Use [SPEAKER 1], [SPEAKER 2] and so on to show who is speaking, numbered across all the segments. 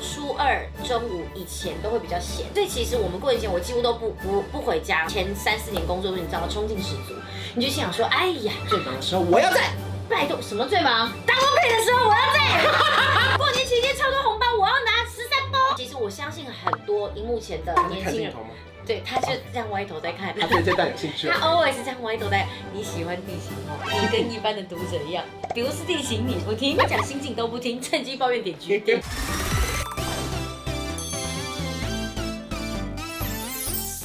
[SPEAKER 1] 初二中午以前都会比较闲，所以其实我们过年前我几乎都不不不回家。前三四年工作日，你知道冲劲十足，你就心想说，哎呀，
[SPEAKER 2] 最忙的时候我要在，
[SPEAKER 1] 拜托，什么最忙？当公配的时候我要 在，过年期间超多红包我要拿十三包。其实我相信很多荧幕前的
[SPEAKER 2] 你
[SPEAKER 1] 年
[SPEAKER 2] 看
[SPEAKER 1] 轻
[SPEAKER 2] 镜
[SPEAKER 1] 人
[SPEAKER 2] 头，吗？
[SPEAKER 1] 对他就这样歪头在看。
[SPEAKER 2] 他对这段有兴趣
[SPEAKER 1] 他
[SPEAKER 2] 吗？
[SPEAKER 1] always 这样歪头在，你喜欢地形吗？你跟一般的读者一样，比如是地形你不听，讲心境都不听，趁机抱怨点局 点。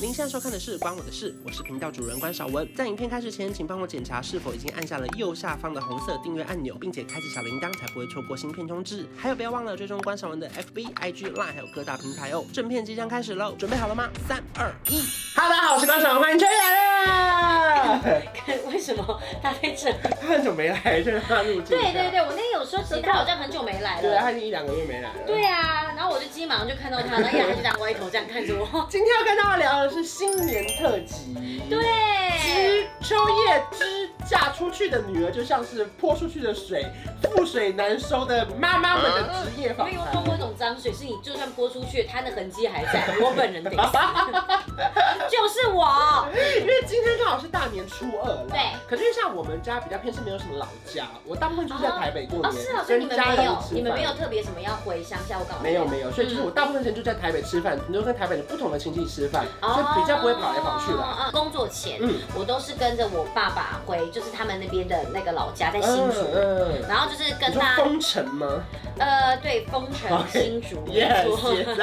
[SPEAKER 2] 您现在收看的是《关我的事》，我是频道主人关少文。在影片开始前，请帮我检查是否已经按下了右下方的红色订阅按钮，并且开启小铃铛，才不会错过新片通知。还有，不要忘了追踪关少文的 FB、IG、Line，还有各大平台哦。正片即将开始喽，准备好了吗？三、二、一，Hello，大家好，我是关少文，欢迎秋来 了。
[SPEAKER 1] 看为什么他在这？
[SPEAKER 2] 他很久没来，就让他入境一
[SPEAKER 1] 对
[SPEAKER 2] 下。
[SPEAKER 1] 对对，我那天有说，其实他好像很久没来
[SPEAKER 2] 对啊，
[SPEAKER 1] 了。
[SPEAKER 2] 他已经一两个月没来了。
[SPEAKER 1] 对啊，然后我就急忙就看到他，然后一来他就这样歪头这样看着我。
[SPEAKER 2] 今天要跟大家聊的是新年特辑。
[SPEAKER 1] 对，
[SPEAKER 2] 之秋叶之嫁出去的女儿，就像是泼出去的水，覆水难收的妈妈们的职业访
[SPEAKER 1] 没有碰
[SPEAKER 2] 谈。
[SPEAKER 1] 过那种脏水，是你就算泼出去，它的痕迹还在。我本人顶， 就是我。
[SPEAKER 2] 因为今天刚好是大年初二了，
[SPEAKER 1] 对。
[SPEAKER 2] 可是因为像我们家比较偏是没有什么老家，我大部分 就是在台北过
[SPEAKER 1] 哦，
[SPEAKER 2] 年，
[SPEAKER 1] 是啊，所以你们
[SPEAKER 2] 跟家
[SPEAKER 1] 没
[SPEAKER 2] 人
[SPEAKER 1] 有，
[SPEAKER 2] 吃
[SPEAKER 1] 你们没有
[SPEAKER 2] 饭。
[SPEAKER 1] 特别什么要回乡下或干嘛？
[SPEAKER 2] 没有没有，所以就是我大部分时间就在台北吃饭，你就跟台北的不同的亲戚吃饭，所以比较不会跑来跑去啦。
[SPEAKER 1] 哦。嗯工作前，
[SPEAKER 2] 嗯
[SPEAKER 1] 我都是跟着我爸爸回，就是他们那边的那个老家，在新竹。
[SPEAKER 2] 嗯，
[SPEAKER 1] 然后就是
[SPEAKER 2] 你
[SPEAKER 1] 哦跟
[SPEAKER 2] 说
[SPEAKER 1] 他，
[SPEAKER 2] 封城吗
[SPEAKER 1] 呃，对，丰 城
[SPEAKER 2] OK，
[SPEAKER 1] 新竹，没 错。
[SPEAKER 2] ？Yes，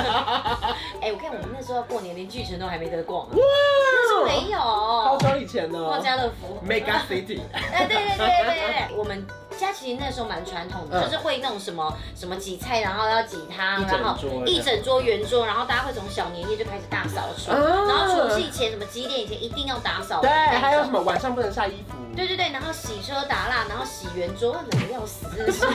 [SPEAKER 1] 哎，我看我们那时候过年连巨城都还没得逛啊，那时候
[SPEAKER 2] 哇，
[SPEAKER 1] 没有，
[SPEAKER 2] 好久以前呢
[SPEAKER 1] 逛家乐福。
[SPEAKER 2] ，Mega City。
[SPEAKER 1] 哎，对对对对 对，我们。家其实那时候蛮传统的，
[SPEAKER 2] 嗯
[SPEAKER 1] 就是会那种什么什么挤菜，然后要挤汤，
[SPEAKER 2] 一整
[SPEAKER 1] 然后
[SPEAKER 2] 桌
[SPEAKER 1] 一整桌圆桌，然后大家会从小年夜就开始大扫除，
[SPEAKER 2] 啊
[SPEAKER 1] 然后除夕前什么几点以前一定要打扫。
[SPEAKER 2] 对，还有什？么晚上不能晒衣服？
[SPEAKER 1] 对对对，然后洗车打蜡，然后洗圆桌，哇冷的要死，真的是。
[SPEAKER 2] 哎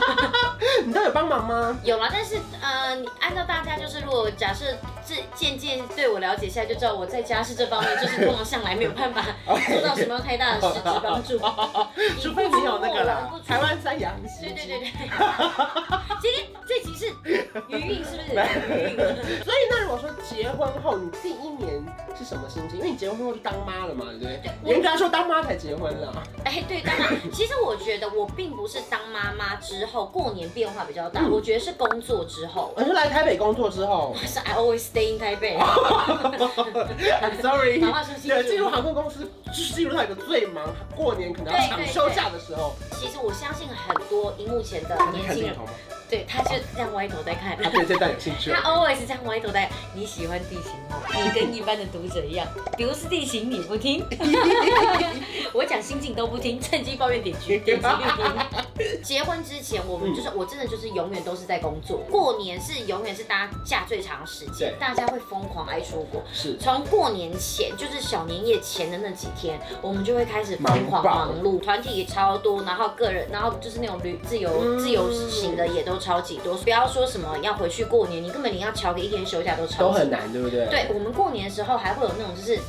[SPEAKER 2] 你都有帮 忙吗？
[SPEAKER 1] 有啦，但是呃，你按照大家就是，如果假设这渐渐对我了解下来，就知道我在家事这方面就是通常向来没有办 法做到什么太大的实质帮助，
[SPEAKER 2] 除非你有那个啦
[SPEAKER 1] 不，出
[SPEAKER 2] 台湾三洋洗
[SPEAKER 1] 对
[SPEAKER 2] 衣
[SPEAKER 1] 对
[SPEAKER 2] 机
[SPEAKER 1] 对对。今天这集是余韵，是不是？余 韵。
[SPEAKER 2] 所以那如果说结婚后，你第一年是什么心情？因为你结婚后就当妈了嘛，对不对？
[SPEAKER 1] 我
[SPEAKER 2] 严格来说，当妈才结婚啦。
[SPEAKER 1] 哎，对，当然，其实我觉得我并不是当妈妈之后过年变化比较大，
[SPEAKER 2] 嗯
[SPEAKER 1] 我觉得是工作之后。
[SPEAKER 2] 我是来台北工作之 后
[SPEAKER 1] 是 I always stay in 台 北。
[SPEAKER 2] ，I'm sorry，
[SPEAKER 1] 妈妈说清楚
[SPEAKER 2] 对，进入航空公司就是进入到一个最忙，过年可能要
[SPEAKER 1] 对
[SPEAKER 2] 抢
[SPEAKER 1] 对
[SPEAKER 2] 休假的时候。
[SPEAKER 1] 其实我相信很多荧幕前的
[SPEAKER 2] 你
[SPEAKER 1] 年
[SPEAKER 2] 看
[SPEAKER 1] 轻
[SPEAKER 2] 镜
[SPEAKER 1] 人，
[SPEAKER 2] 头吗？
[SPEAKER 1] 对他就这样歪头在看。
[SPEAKER 2] 他对这段有兴趣
[SPEAKER 1] 他
[SPEAKER 2] 吗？
[SPEAKER 1] always 这样歪头在。你喜欢地形吗？你跟一般的读者一样，比如是地形你不 听，我讲心境都不听，趁机抱怨点 局，点击
[SPEAKER 2] 啊
[SPEAKER 1] 率低。结婚之前，我
[SPEAKER 2] 嗯
[SPEAKER 1] 们就是、我真的就是永远都是在工作，过年是永远是大家假最长时间
[SPEAKER 2] 对，
[SPEAKER 1] 大家会疯狂爱出国。
[SPEAKER 2] 是，
[SPEAKER 1] 从过年前，就是小年夜前的那几天，我们就会开始疯
[SPEAKER 2] 忙
[SPEAKER 1] 狂
[SPEAKER 2] 爆
[SPEAKER 1] 忙碌，团体也超多，然后个人，然后就是那种旅自由、
[SPEAKER 2] 嗯
[SPEAKER 1] 自由行的也都超级多。不要说什么要回去过年，你根本连要调个一天休假都超级
[SPEAKER 2] 都很。难，对不对？
[SPEAKER 1] 对我们过年的时候还会有那种就是，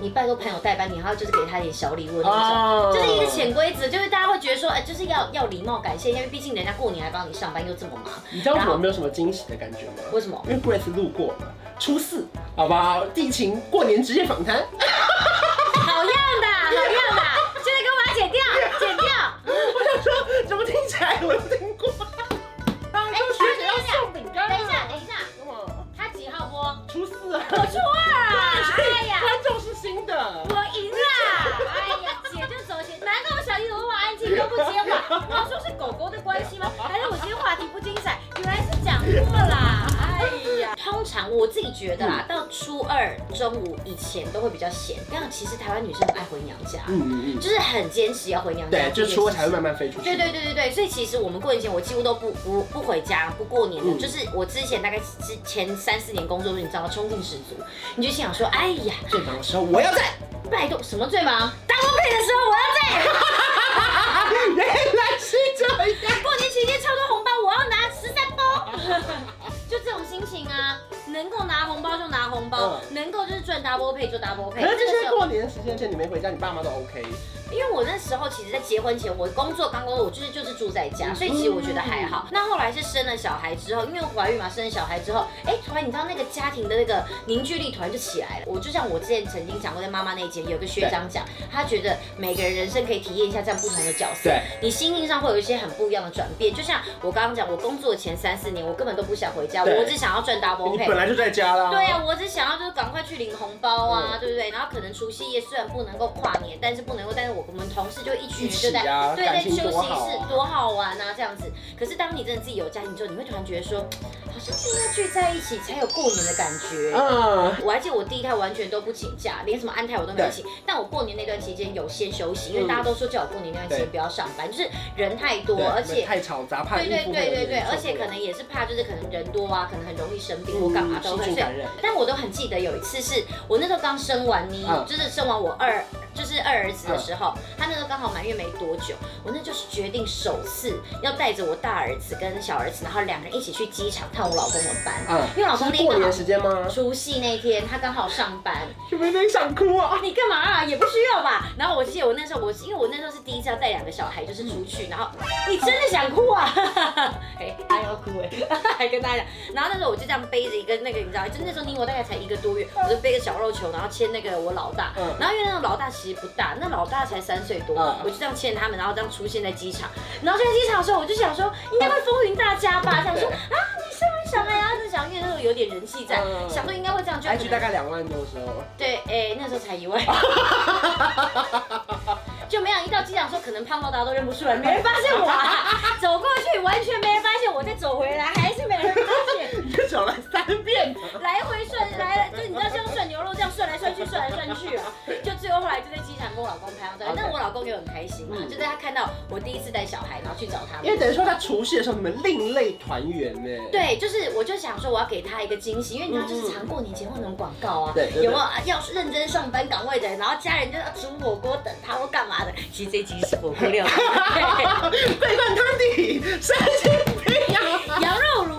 [SPEAKER 1] 你拜托朋友代班，你还要就是给他一点小礼物的那种。
[SPEAKER 2] 哦
[SPEAKER 1] 就是一个潜规则，就是大家会觉得说，哎、就是要要礼貌感谢，因为毕竟人家过年还帮你上班，又这么忙，
[SPEAKER 2] 你知道为什么没有什么惊喜的感觉吗？
[SPEAKER 1] 为什么？
[SPEAKER 2] 因为 Grace 路过了，初四，好不好？地勤过年职业访谈，
[SPEAKER 1] 好样的，好样的， 现在给我把它剪掉，剪掉。
[SPEAKER 2] 我想说怎么听起来我都听过。大家说学姐要送饼干啊，
[SPEAKER 1] 哎等一下，等一下，
[SPEAKER 2] 干嘛？
[SPEAKER 1] 他几号播？
[SPEAKER 2] 初四啊，
[SPEAKER 1] 哎我初二啊！哎呀，
[SPEAKER 2] 观众是新的。
[SPEAKER 1] 我赢了！哎呀，姐就走姐，难道我小弟怎么那么安静都不接 话？我要说是狗狗的关系吗？还是我今天话题不精彩？原来是讲过啦！哎呀，通常我自己觉得啦，到初二中午以前都会比较闲。这样其实台湾女生很爱回娘家，
[SPEAKER 2] 嗯嗯嗯，
[SPEAKER 1] 就是很坚持要回娘家。
[SPEAKER 2] 对，就是初二才会慢慢飞出去。
[SPEAKER 1] 对对对对对，所以其实我们过年前我几乎都不不不回家，不过年的，
[SPEAKER 2] 嗯
[SPEAKER 1] 就是我之前大概之前三四年工作日，你知道冲劲十足，你就心想说，哎呀，
[SPEAKER 2] 最忙的时候我要
[SPEAKER 1] 啊
[SPEAKER 2] 在，
[SPEAKER 1] 拜托什么最忙？当公配的时候我要 在，
[SPEAKER 2] 哎原来是这样。
[SPEAKER 1] 过年期间超多红包，我要拿十三 包，就这种心情啊，能够拿红包就拿嗯红包，能够就是赚 double pay 就 double pay，
[SPEAKER 2] 可是这
[SPEAKER 1] 个
[SPEAKER 2] 些
[SPEAKER 1] 时候
[SPEAKER 2] 过年时间，而且你没回家，你爸妈都 OK。
[SPEAKER 1] 因为我那时候其实，在结婚前，我工作刚工作，我就是就是住在家，所以其实我觉得还
[SPEAKER 2] 嗯
[SPEAKER 1] 好。那后来是生了小孩之后，因为怀孕嘛，生了小孩之后，哎，突然你知道那个家庭的那个凝聚力突然就起来了。我就像我之前曾经讲过，在妈妈那一节有个学长讲，他觉得每个人人生可以体验一下这样不同的角色
[SPEAKER 2] 对，
[SPEAKER 1] 你心境上会有一些很不一样的转变。就像我刚刚讲，我工作前三四年，我根本都不想回家，
[SPEAKER 2] 对
[SPEAKER 1] 我只想要赚 double
[SPEAKER 2] 你
[SPEAKER 1] pay
[SPEAKER 2] 本。来就在家啦。
[SPEAKER 1] 对呀、啊我只想要就是赶快去领红包啊，
[SPEAKER 2] 嗯
[SPEAKER 1] 对不对？然后可能除夕夜虽然不能够跨年，但是不能够，但是我们同事就一群人就
[SPEAKER 2] 一起
[SPEAKER 1] 在。
[SPEAKER 2] 啊，
[SPEAKER 1] 对，
[SPEAKER 2] 感
[SPEAKER 1] 在休
[SPEAKER 2] 情
[SPEAKER 1] 息
[SPEAKER 2] 多好
[SPEAKER 1] 室
[SPEAKER 2] 啊。
[SPEAKER 1] 多好玩啊，这样子。可是当你真的自己有家庭之后，你会突然觉得说，好像就应该聚在一起才有过年的感觉。
[SPEAKER 2] 嗯，
[SPEAKER 1] 我还记得我第一胎完全都不请假，连什么安胎我都没有
[SPEAKER 2] 对
[SPEAKER 1] 请。但我过年那段期间有先休息，因为
[SPEAKER 2] 嗯
[SPEAKER 1] 大家都说叫我过年那段期间不要上班，就是人太多，
[SPEAKER 2] 对
[SPEAKER 1] 而
[SPEAKER 2] 你们
[SPEAKER 1] 且
[SPEAKER 2] 太吵杂，怕
[SPEAKER 1] 对对
[SPEAKER 2] 孕妇
[SPEAKER 1] 对
[SPEAKER 2] 会
[SPEAKER 1] 对对，
[SPEAKER 2] 有点
[SPEAKER 1] 而且
[SPEAKER 2] 受不
[SPEAKER 1] 可
[SPEAKER 2] 了
[SPEAKER 1] 能也是怕，就是可能人多啊，可能很容易生病
[SPEAKER 2] 嗯
[SPEAKER 1] 或干嘛都会。所
[SPEAKER 2] 细菌
[SPEAKER 1] 以
[SPEAKER 2] 感染，
[SPEAKER 1] 但我都很记得有一次是我那时候刚生完妮，
[SPEAKER 2] 嗯
[SPEAKER 1] 就是生完我二就是二儿子的时候，他那时候刚好满月没多久，我那就是决定首次要带着我大儿子跟小儿子，然后两人一起去机场探我老公的班，
[SPEAKER 2] 嗯，
[SPEAKER 1] 因为老公那
[SPEAKER 2] 是
[SPEAKER 1] 天
[SPEAKER 2] 过
[SPEAKER 1] 刚
[SPEAKER 2] 年
[SPEAKER 1] 好
[SPEAKER 2] 时间吗？
[SPEAKER 1] 除夕那天他刚好上班，
[SPEAKER 2] 有没有点想 哭啊？
[SPEAKER 1] 你干嘛啊？也不需要吧。然后我记得我那时候我因为我那时候是第一次要带两个小孩就是出去，然后你真的想哭 啊？哎，他要哭 哎，还跟大家讲。然后那时候我就这样背着一个那个你知道，就那时候你我大概才一个多月，我就背个小肉球，然后牵那个我老大。
[SPEAKER 2] 嗯
[SPEAKER 1] 然后因为那个老大其实不大，那老大才三岁多
[SPEAKER 2] 嗯，
[SPEAKER 1] 我就这样牵着他们，然后这样出现在机场。然后在机场的时候，我就想说应该会风云大家吧，想说
[SPEAKER 2] 对
[SPEAKER 1] 啊你生完小孩啊，那想因为那时候有点人气在，
[SPEAKER 2] 嗯
[SPEAKER 1] 想说应该会这样，就可能
[SPEAKER 2] IG 大概两万多的时 候，
[SPEAKER 1] 对，哎、那时候才一 位。就没想一到机场说可能胖到大家都认不出来， 没人发现我、啊，走过去完全没人发现我，再走回来还是没人发现，
[SPEAKER 2] 你就讲了三遍，
[SPEAKER 1] 来回顺来了，就你知道像涮牛肉这样涮来涮去，涮来涮 去啊，就最后后来就在机场跟我老公拍到照片，
[SPEAKER 2] OK
[SPEAKER 1] 但我老公也很开心嘛，
[SPEAKER 2] 嗯
[SPEAKER 1] 就在他看到我第一次带小孩，然后去找他
[SPEAKER 2] 因
[SPEAKER 1] 们
[SPEAKER 2] 为。等于说他除夕的时候你们另类团圆呢。
[SPEAKER 1] 对，就是我就想说我要给他一个惊喜，因为你知道就是常过年前会那种广告啊，
[SPEAKER 2] 嗯对对对
[SPEAKER 1] 有没有啊要是认真上班岗位的，然后家人就要煮火锅等他或干嘛的，其实这集是火锅料理，
[SPEAKER 2] 背叛他弟，神经病啊！
[SPEAKER 1] 羊肉炉。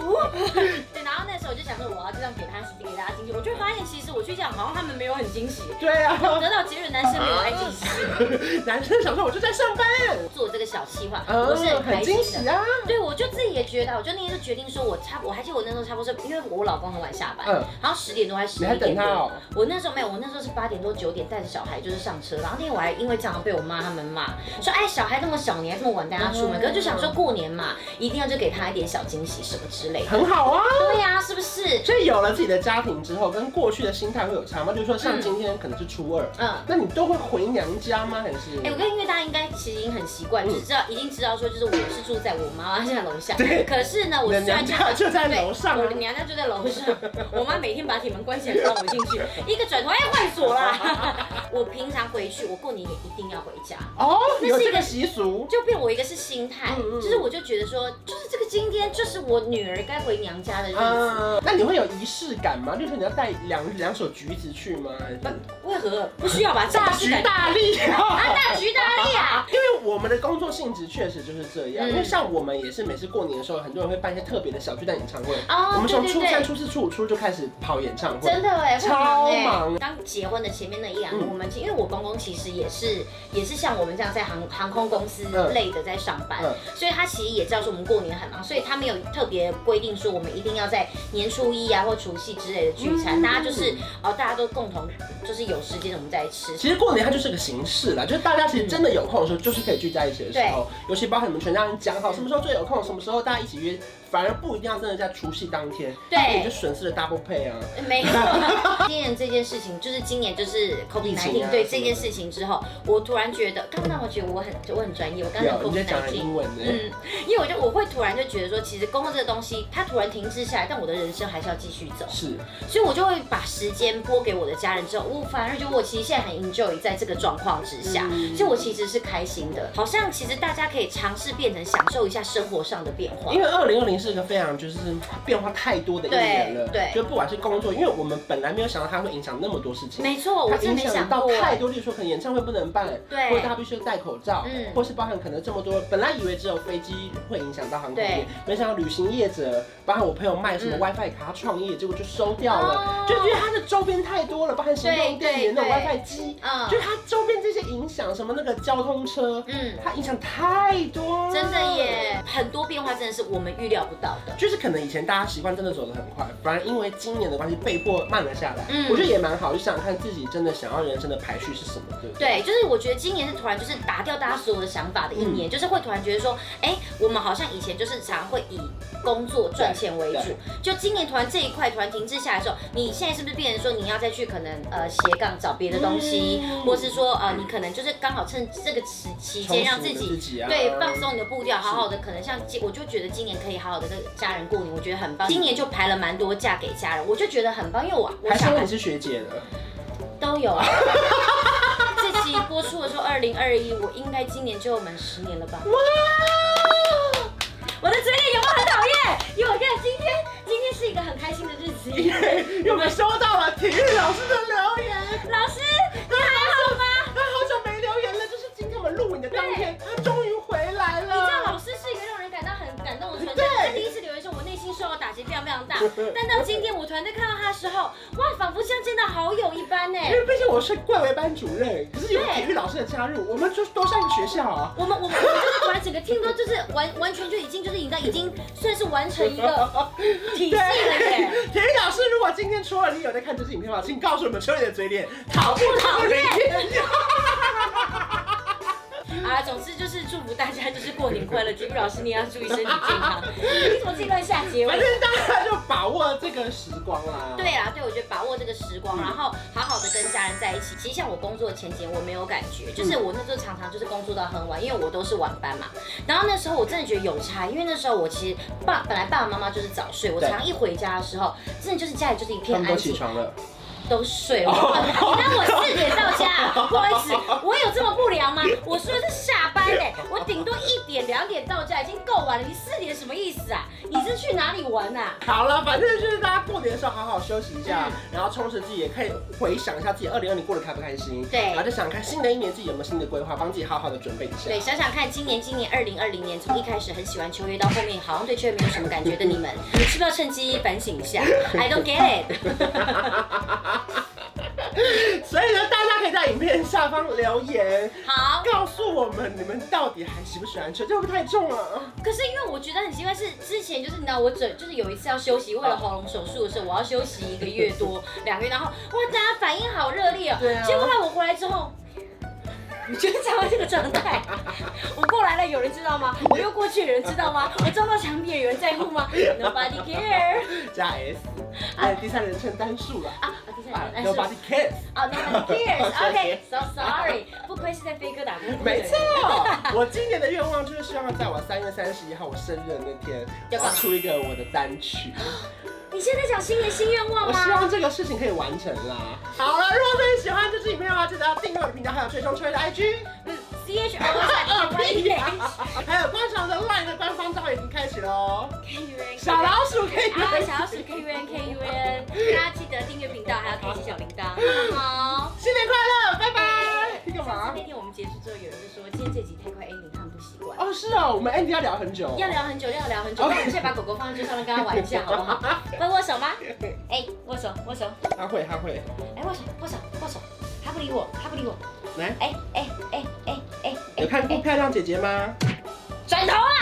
[SPEAKER 1] 对，然后那时候我就想说我要这样给他给大家惊喜，我就发现其实我去讲好像他们没有很惊喜，
[SPEAKER 2] 对啊，
[SPEAKER 1] 得到结论男生没有爱惊喜，
[SPEAKER 2] 男生想说我就在上班，
[SPEAKER 1] 做这个小计划，我是
[SPEAKER 2] 嗯，
[SPEAKER 1] 很
[SPEAKER 2] 很
[SPEAKER 1] 开
[SPEAKER 2] 惊
[SPEAKER 1] 心
[SPEAKER 2] 喜
[SPEAKER 1] 的。
[SPEAKER 2] 啊。
[SPEAKER 1] 对，我就自己也觉得，我就那天就决定说，我差不，我还记得我那时候差不多是，因为我老公很晚下班，
[SPEAKER 2] 嗯
[SPEAKER 1] 好像十点多还是十
[SPEAKER 2] 你
[SPEAKER 1] 一
[SPEAKER 2] 还
[SPEAKER 1] 点多，
[SPEAKER 2] 等他哦？
[SPEAKER 1] 我那时候没有，我那时候是八点多九点带着小孩就是上车，然后那天我还因为常常被我妈他们骂，说哎小孩那么小你还这么晚带他出门，
[SPEAKER 2] 嗯
[SPEAKER 1] 可是就想说过年嘛，一定要就给他一点小惊喜什么之类 的。
[SPEAKER 2] 很好啊。
[SPEAKER 1] 对呀、是不是？
[SPEAKER 2] 所以有了自己的家庭之后，跟过去的心态会有差吗？就是说，像今天可能是初二，
[SPEAKER 1] 嗯。
[SPEAKER 2] 那你都会回娘家吗？还是？
[SPEAKER 1] 哎、我跟因为大家应该其实已经很习
[SPEAKER 2] 嗯
[SPEAKER 1] 惯，就是知道已经知道说，就是我是住在我妈妈家楼下，
[SPEAKER 2] 对
[SPEAKER 1] 可是呢，我
[SPEAKER 2] 你的
[SPEAKER 1] 虽然
[SPEAKER 2] 娘
[SPEAKER 1] 就
[SPEAKER 2] 家就在楼上
[SPEAKER 1] 我
[SPEAKER 2] 啊
[SPEAKER 1] 的。娘家就在楼上，我妈每天把铁门关起来，不让我进去，一个转头哎换锁啦。 我平常回去，我过年也一定要回家，
[SPEAKER 2] 哦，
[SPEAKER 1] 那是一个
[SPEAKER 2] 有这个习俗。
[SPEAKER 1] 就变我一个是心态，
[SPEAKER 2] 嗯嗯
[SPEAKER 1] 就是我就觉得说，就是这个今天就是我女儿该回娘家的日子，
[SPEAKER 2] 嗯，那你会有仪式感吗？就是你要带两两手橘子去吗？还是
[SPEAKER 1] 为何不需要吧？
[SPEAKER 2] 大
[SPEAKER 1] 是
[SPEAKER 2] 吉
[SPEAKER 1] 感觉
[SPEAKER 2] 大利啊！
[SPEAKER 1] 啊，大局大利啊！
[SPEAKER 2] 因为我们的工作性质确实就是这样，
[SPEAKER 1] 嗯
[SPEAKER 2] 因为像我们也是每次过年的时候，很多人会办一些特别的小巨蛋演唱会。我
[SPEAKER 1] 哦，
[SPEAKER 2] 们
[SPEAKER 1] 对
[SPEAKER 2] 从
[SPEAKER 1] 对
[SPEAKER 2] 初三、
[SPEAKER 1] 对。
[SPEAKER 2] 初四、初五、初六就开始跑演唱会，
[SPEAKER 1] 真的哎，会忙哎
[SPEAKER 2] 超忙
[SPEAKER 1] 刚结婚的前面那一两年，
[SPEAKER 2] 嗯
[SPEAKER 1] 我们因为我公公其实也是也是像我们这样在航航空公司
[SPEAKER 2] 嗯
[SPEAKER 1] 类的在上班
[SPEAKER 2] 嗯，
[SPEAKER 1] 所以他其实也知道说我们过年很忙，所以他没有特别规定说我们一定要在年初一啊或除夕之类的聚餐，
[SPEAKER 2] 嗯
[SPEAKER 1] 大家就是哦大家都共同就是有时间我们再吃，
[SPEAKER 2] 其实过年它就是个形式啦，就是大家其实真的有空的时候，就是可以聚在一起的时候，尤其包括你们全家人讲好什么时候最有空，什么时候大家一起约，反而不一定要真的在除夕当天，
[SPEAKER 1] 对
[SPEAKER 2] 那你就损失了 double pay 啊。
[SPEAKER 1] 没 错，今年这件事情就是今年就是 COVID
[SPEAKER 2] 疫
[SPEAKER 1] n i
[SPEAKER 2] 情啊
[SPEAKER 1] 对这件事情之后，我突然觉得，刚刚我觉得我很我很专业，我刚刚
[SPEAKER 2] 有，
[SPEAKER 1] 讲
[SPEAKER 2] 你在
[SPEAKER 1] COVID
[SPEAKER 2] 讲
[SPEAKER 1] n
[SPEAKER 2] 了
[SPEAKER 1] i
[SPEAKER 2] 英文呢、
[SPEAKER 1] 嗯，因为我就我会突然就觉得说，其实工作这个东西，它突然停滞下来，但我的人生还是要继续走，
[SPEAKER 2] 是，
[SPEAKER 1] 所以我就会把时间拨给我的家人之后，我反而觉得我其实现在很 enjoy 在这个状况之下，
[SPEAKER 2] 嗯
[SPEAKER 1] 所以我其实是开心的。好像其实大家可以尝试变成享受一下生活上的变化
[SPEAKER 2] 因。为二零二零情是一个非常就是变化太多的一年了，
[SPEAKER 1] 对对
[SPEAKER 2] 就不管是工作，因为我们本来没有想到它会影响那么多事情，
[SPEAKER 1] 没错，我
[SPEAKER 2] 它
[SPEAKER 1] 真
[SPEAKER 2] 影
[SPEAKER 1] 没
[SPEAKER 2] 响
[SPEAKER 1] 想
[SPEAKER 2] 到
[SPEAKER 1] 过。
[SPEAKER 2] 太多，例如说可能演唱会不能办，
[SPEAKER 1] 对
[SPEAKER 2] 或者他必须戴口罩，
[SPEAKER 1] 嗯
[SPEAKER 2] 或是包含可能这么多，本来以为只有飞机会影响到航空业
[SPEAKER 1] 对，
[SPEAKER 2] 没想到旅行业者，包含我朋友卖什么
[SPEAKER 1] 嗯
[SPEAKER 2] WiFi 卡他创业，结果就收掉了，
[SPEAKER 1] 哦
[SPEAKER 2] 就因为它的周边太多了，包含行动电源那种
[SPEAKER 1] 对对
[SPEAKER 2] WiFi 机，
[SPEAKER 1] 嗯
[SPEAKER 2] 就它周边这些影响，什么那个交通车，
[SPEAKER 1] 嗯，
[SPEAKER 2] 它影响太多，
[SPEAKER 1] 真的。耶，很多变化真的是我们预料不到的。
[SPEAKER 2] 就是可能以前大家习惯真的走得很快，反而因为今年的关系被迫慢了下来。
[SPEAKER 1] 嗯
[SPEAKER 2] 我觉得也蛮好，就想想看自己真的想要人生的排序是什么，对不
[SPEAKER 1] 对，
[SPEAKER 2] 对？
[SPEAKER 1] 就是我觉得今年是突然就是打掉大家所有的想法的一年，就是会突然觉得说，哎、我们好像以前就是常会以工作赚钱为主
[SPEAKER 2] 对，
[SPEAKER 1] 就今年突然这一块突然停滞下来的时候，你现在是不是变成说你要再去可能呃斜杠找别的东西，
[SPEAKER 2] 嗯
[SPEAKER 1] 或是说呃你可能就是刚好趁这个期期
[SPEAKER 2] 充
[SPEAKER 1] 间
[SPEAKER 2] 实
[SPEAKER 1] 让
[SPEAKER 2] 你
[SPEAKER 1] 自
[SPEAKER 2] 的
[SPEAKER 1] 己
[SPEAKER 2] 自己啊，
[SPEAKER 1] 对，放松你的步调，好好的，可能像今，我就觉得今年可以好好的跟家人过年，我觉得很棒。今年就排了蛮多假给家人，我就觉得很棒，因为我我
[SPEAKER 2] 还是
[SPEAKER 1] 小
[SPEAKER 2] 因为
[SPEAKER 1] 孩
[SPEAKER 2] 你是学姐了，
[SPEAKER 1] 都有。 这期播出的时候，二零二一，我应该今年就满十年了吧？ 我的嘴脸有没有很讨厌？有，我跟你讲今天今天是一个很开心的日子。
[SPEAKER 2] 因为我们收到了体育老师的留言，
[SPEAKER 1] 老师，你还好吗？
[SPEAKER 2] 他好久没留言了，就是今天我们录影的当天，他终于回来
[SPEAKER 1] 你知道
[SPEAKER 2] 了。
[SPEAKER 1] 老师是一个让人感到很感动的存在。
[SPEAKER 2] 啊对
[SPEAKER 1] 他第一次留言说，我内心受到打击非常非常大。但到今天我突然在看到他的时候，哇，仿佛像见到好友一般呢。
[SPEAKER 2] 因为毕竟我是贵为班主任，可是有
[SPEAKER 1] 对
[SPEAKER 2] 体育老师的加入，我们就都上个学校啊。
[SPEAKER 1] 我们我们我们就是突然整个听都就是完完全就已经就是你知道已经算是完成一个体系了 耶。
[SPEAKER 2] 对，体育老师，如果今天除了你有在看这支影片的话，请告诉我们秋你的嘴脸讨不讨厌？
[SPEAKER 1] 好了，总之就是祝福大家就是过年快乐，吉布老师你也要注意身体健康。你怎么这段下结
[SPEAKER 2] 反
[SPEAKER 1] 尾？
[SPEAKER 2] 正大家就把握这个时光啦。
[SPEAKER 1] 对啊，对，我觉得把握这个时光，
[SPEAKER 2] 嗯
[SPEAKER 1] 然后好好的跟家人在一起。其实像我工作前几年我没有感觉，就是我那时候常常就是工作到很晚，因为我都是晚班嘛。然后那时候我真的觉得有差，因为那时候我其实爸本来爸爸妈妈就是早睡，我
[SPEAKER 2] 对
[SPEAKER 1] 常一回家的时候，真的就是家里就是一
[SPEAKER 2] 他
[SPEAKER 1] 片
[SPEAKER 2] 们都
[SPEAKER 1] 安
[SPEAKER 2] 起
[SPEAKER 1] 静，
[SPEAKER 2] 床了，
[SPEAKER 1] 都睡了。你当我四点到家，不好意思，我有这么不良吗？我说是下班嘞、我顶多一点两点到家已经够晚了，你四点什么意思啊？你是去哪里玩呐、啊？
[SPEAKER 2] 好了，反正就是大家过年的时候好好休息一
[SPEAKER 1] 嗯
[SPEAKER 2] 下，然后充实自己，也可以回想一下自己二零二零过得开不开心，
[SPEAKER 1] 对
[SPEAKER 2] 然后就想看新的一年自己有没有新的规划，帮自己好好的准备一下
[SPEAKER 1] 对，。想想看，今年今年二零二零年，从一开始很喜欢秋月，到后面好像对秋月没有什么感觉的你们，是不是要趁机反省一下？I don't get it。
[SPEAKER 2] 所以呢，大家可以在影片下方留言，
[SPEAKER 1] 好，
[SPEAKER 2] 告诉我们你们到底还喜不喜欢吃，这会不会太重啊了？
[SPEAKER 1] 可是因为我觉得很奇怪，是之前就是你知道我整就是有一次要休息，为了喉咙手术的时候，我要休息一个月多两个月，然后哇大家反应好热烈哦、
[SPEAKER 2] 对啊
[SPEAKER 1] 结果后来我回来之后。你觉得才会这个状态？我过来了，有人知道吗？我又过去，有人知道 吗？我撞到墙壁，有人在乎吗？Nobody care
[SPEAKER 2] 加 S，哎，第三人称单数了。
[SPEAKER 1] 啊！我第三
[SPEAKER 2] 啊
[SPEAKER 1] 个但是
[SPEAKER 2] ，Nobody cares，
[SPEAKER 1] 哦，Nobody cares，OK，so sorry，不愧是在飞哥打工，
[SPEAKER 2] 没 错。我今年的愿望就是希望在我三月三十一号我生日的那天，
[SPEAKER 1] 要干嘛
[SPEAKER 2] 我出一个我的单曲。
[SPEAKER 1] 你现在讲新年新愿望
[SPEAKER 2] 我希
[SPEAKER 1] 吗？
[SPEAKER 2] 望这个事情可以完成啦。好了，如果真的喜欢这支影片的话，记得要订阅我的频道，还有追踪吹的 IG，
[SPEAKER 1] 嗯，C H O
[SPEAKER 2] 哦
[SPEAKER 1] S Y E H，
[SPEAKER 2] 还有观赏的 LINE 的官方账号已经开启了哦。小
[SPEAKER 1] 老。
[SPEAKER 2] 老鼠可 以
[SPEAKER 1] 啊，小老鼠 K U N K U N，大家记得订阅频道，还要开启小铃铛。好，
[SPEAKER 2] 新年快乐，拜拜。你干
[SPEAKER 1] 上
[SPEAKER 2] 嘛
[SPEAKER 1] 次那？天我们结束之后，有人就说今天这集太快，Andy 看不习惯，
[SPEAKER 2] 哦，是哦，我们 Andy 要聊很久。
[SPEAKER 1] 要聊很久，要聊很久。那
[SPEAKER 2] OK
[SPEAKER 1] 我们先把狗狗放在桌上面，跟它玩一下，好不好？来握手吗？哎，握手，握手，
[SPEAKER 2] 他会，他会。
[SPEAKER 1] 哎，握手，握手，握手。它不理我，它不理我。
[SPEAKER 2] 来，
[SPEAKER 1] 哎哎哎哎哎哎，
[SPEAKER 2] 有看过漂亮姐姐吗？
[SPEAKER 1] 转头啊！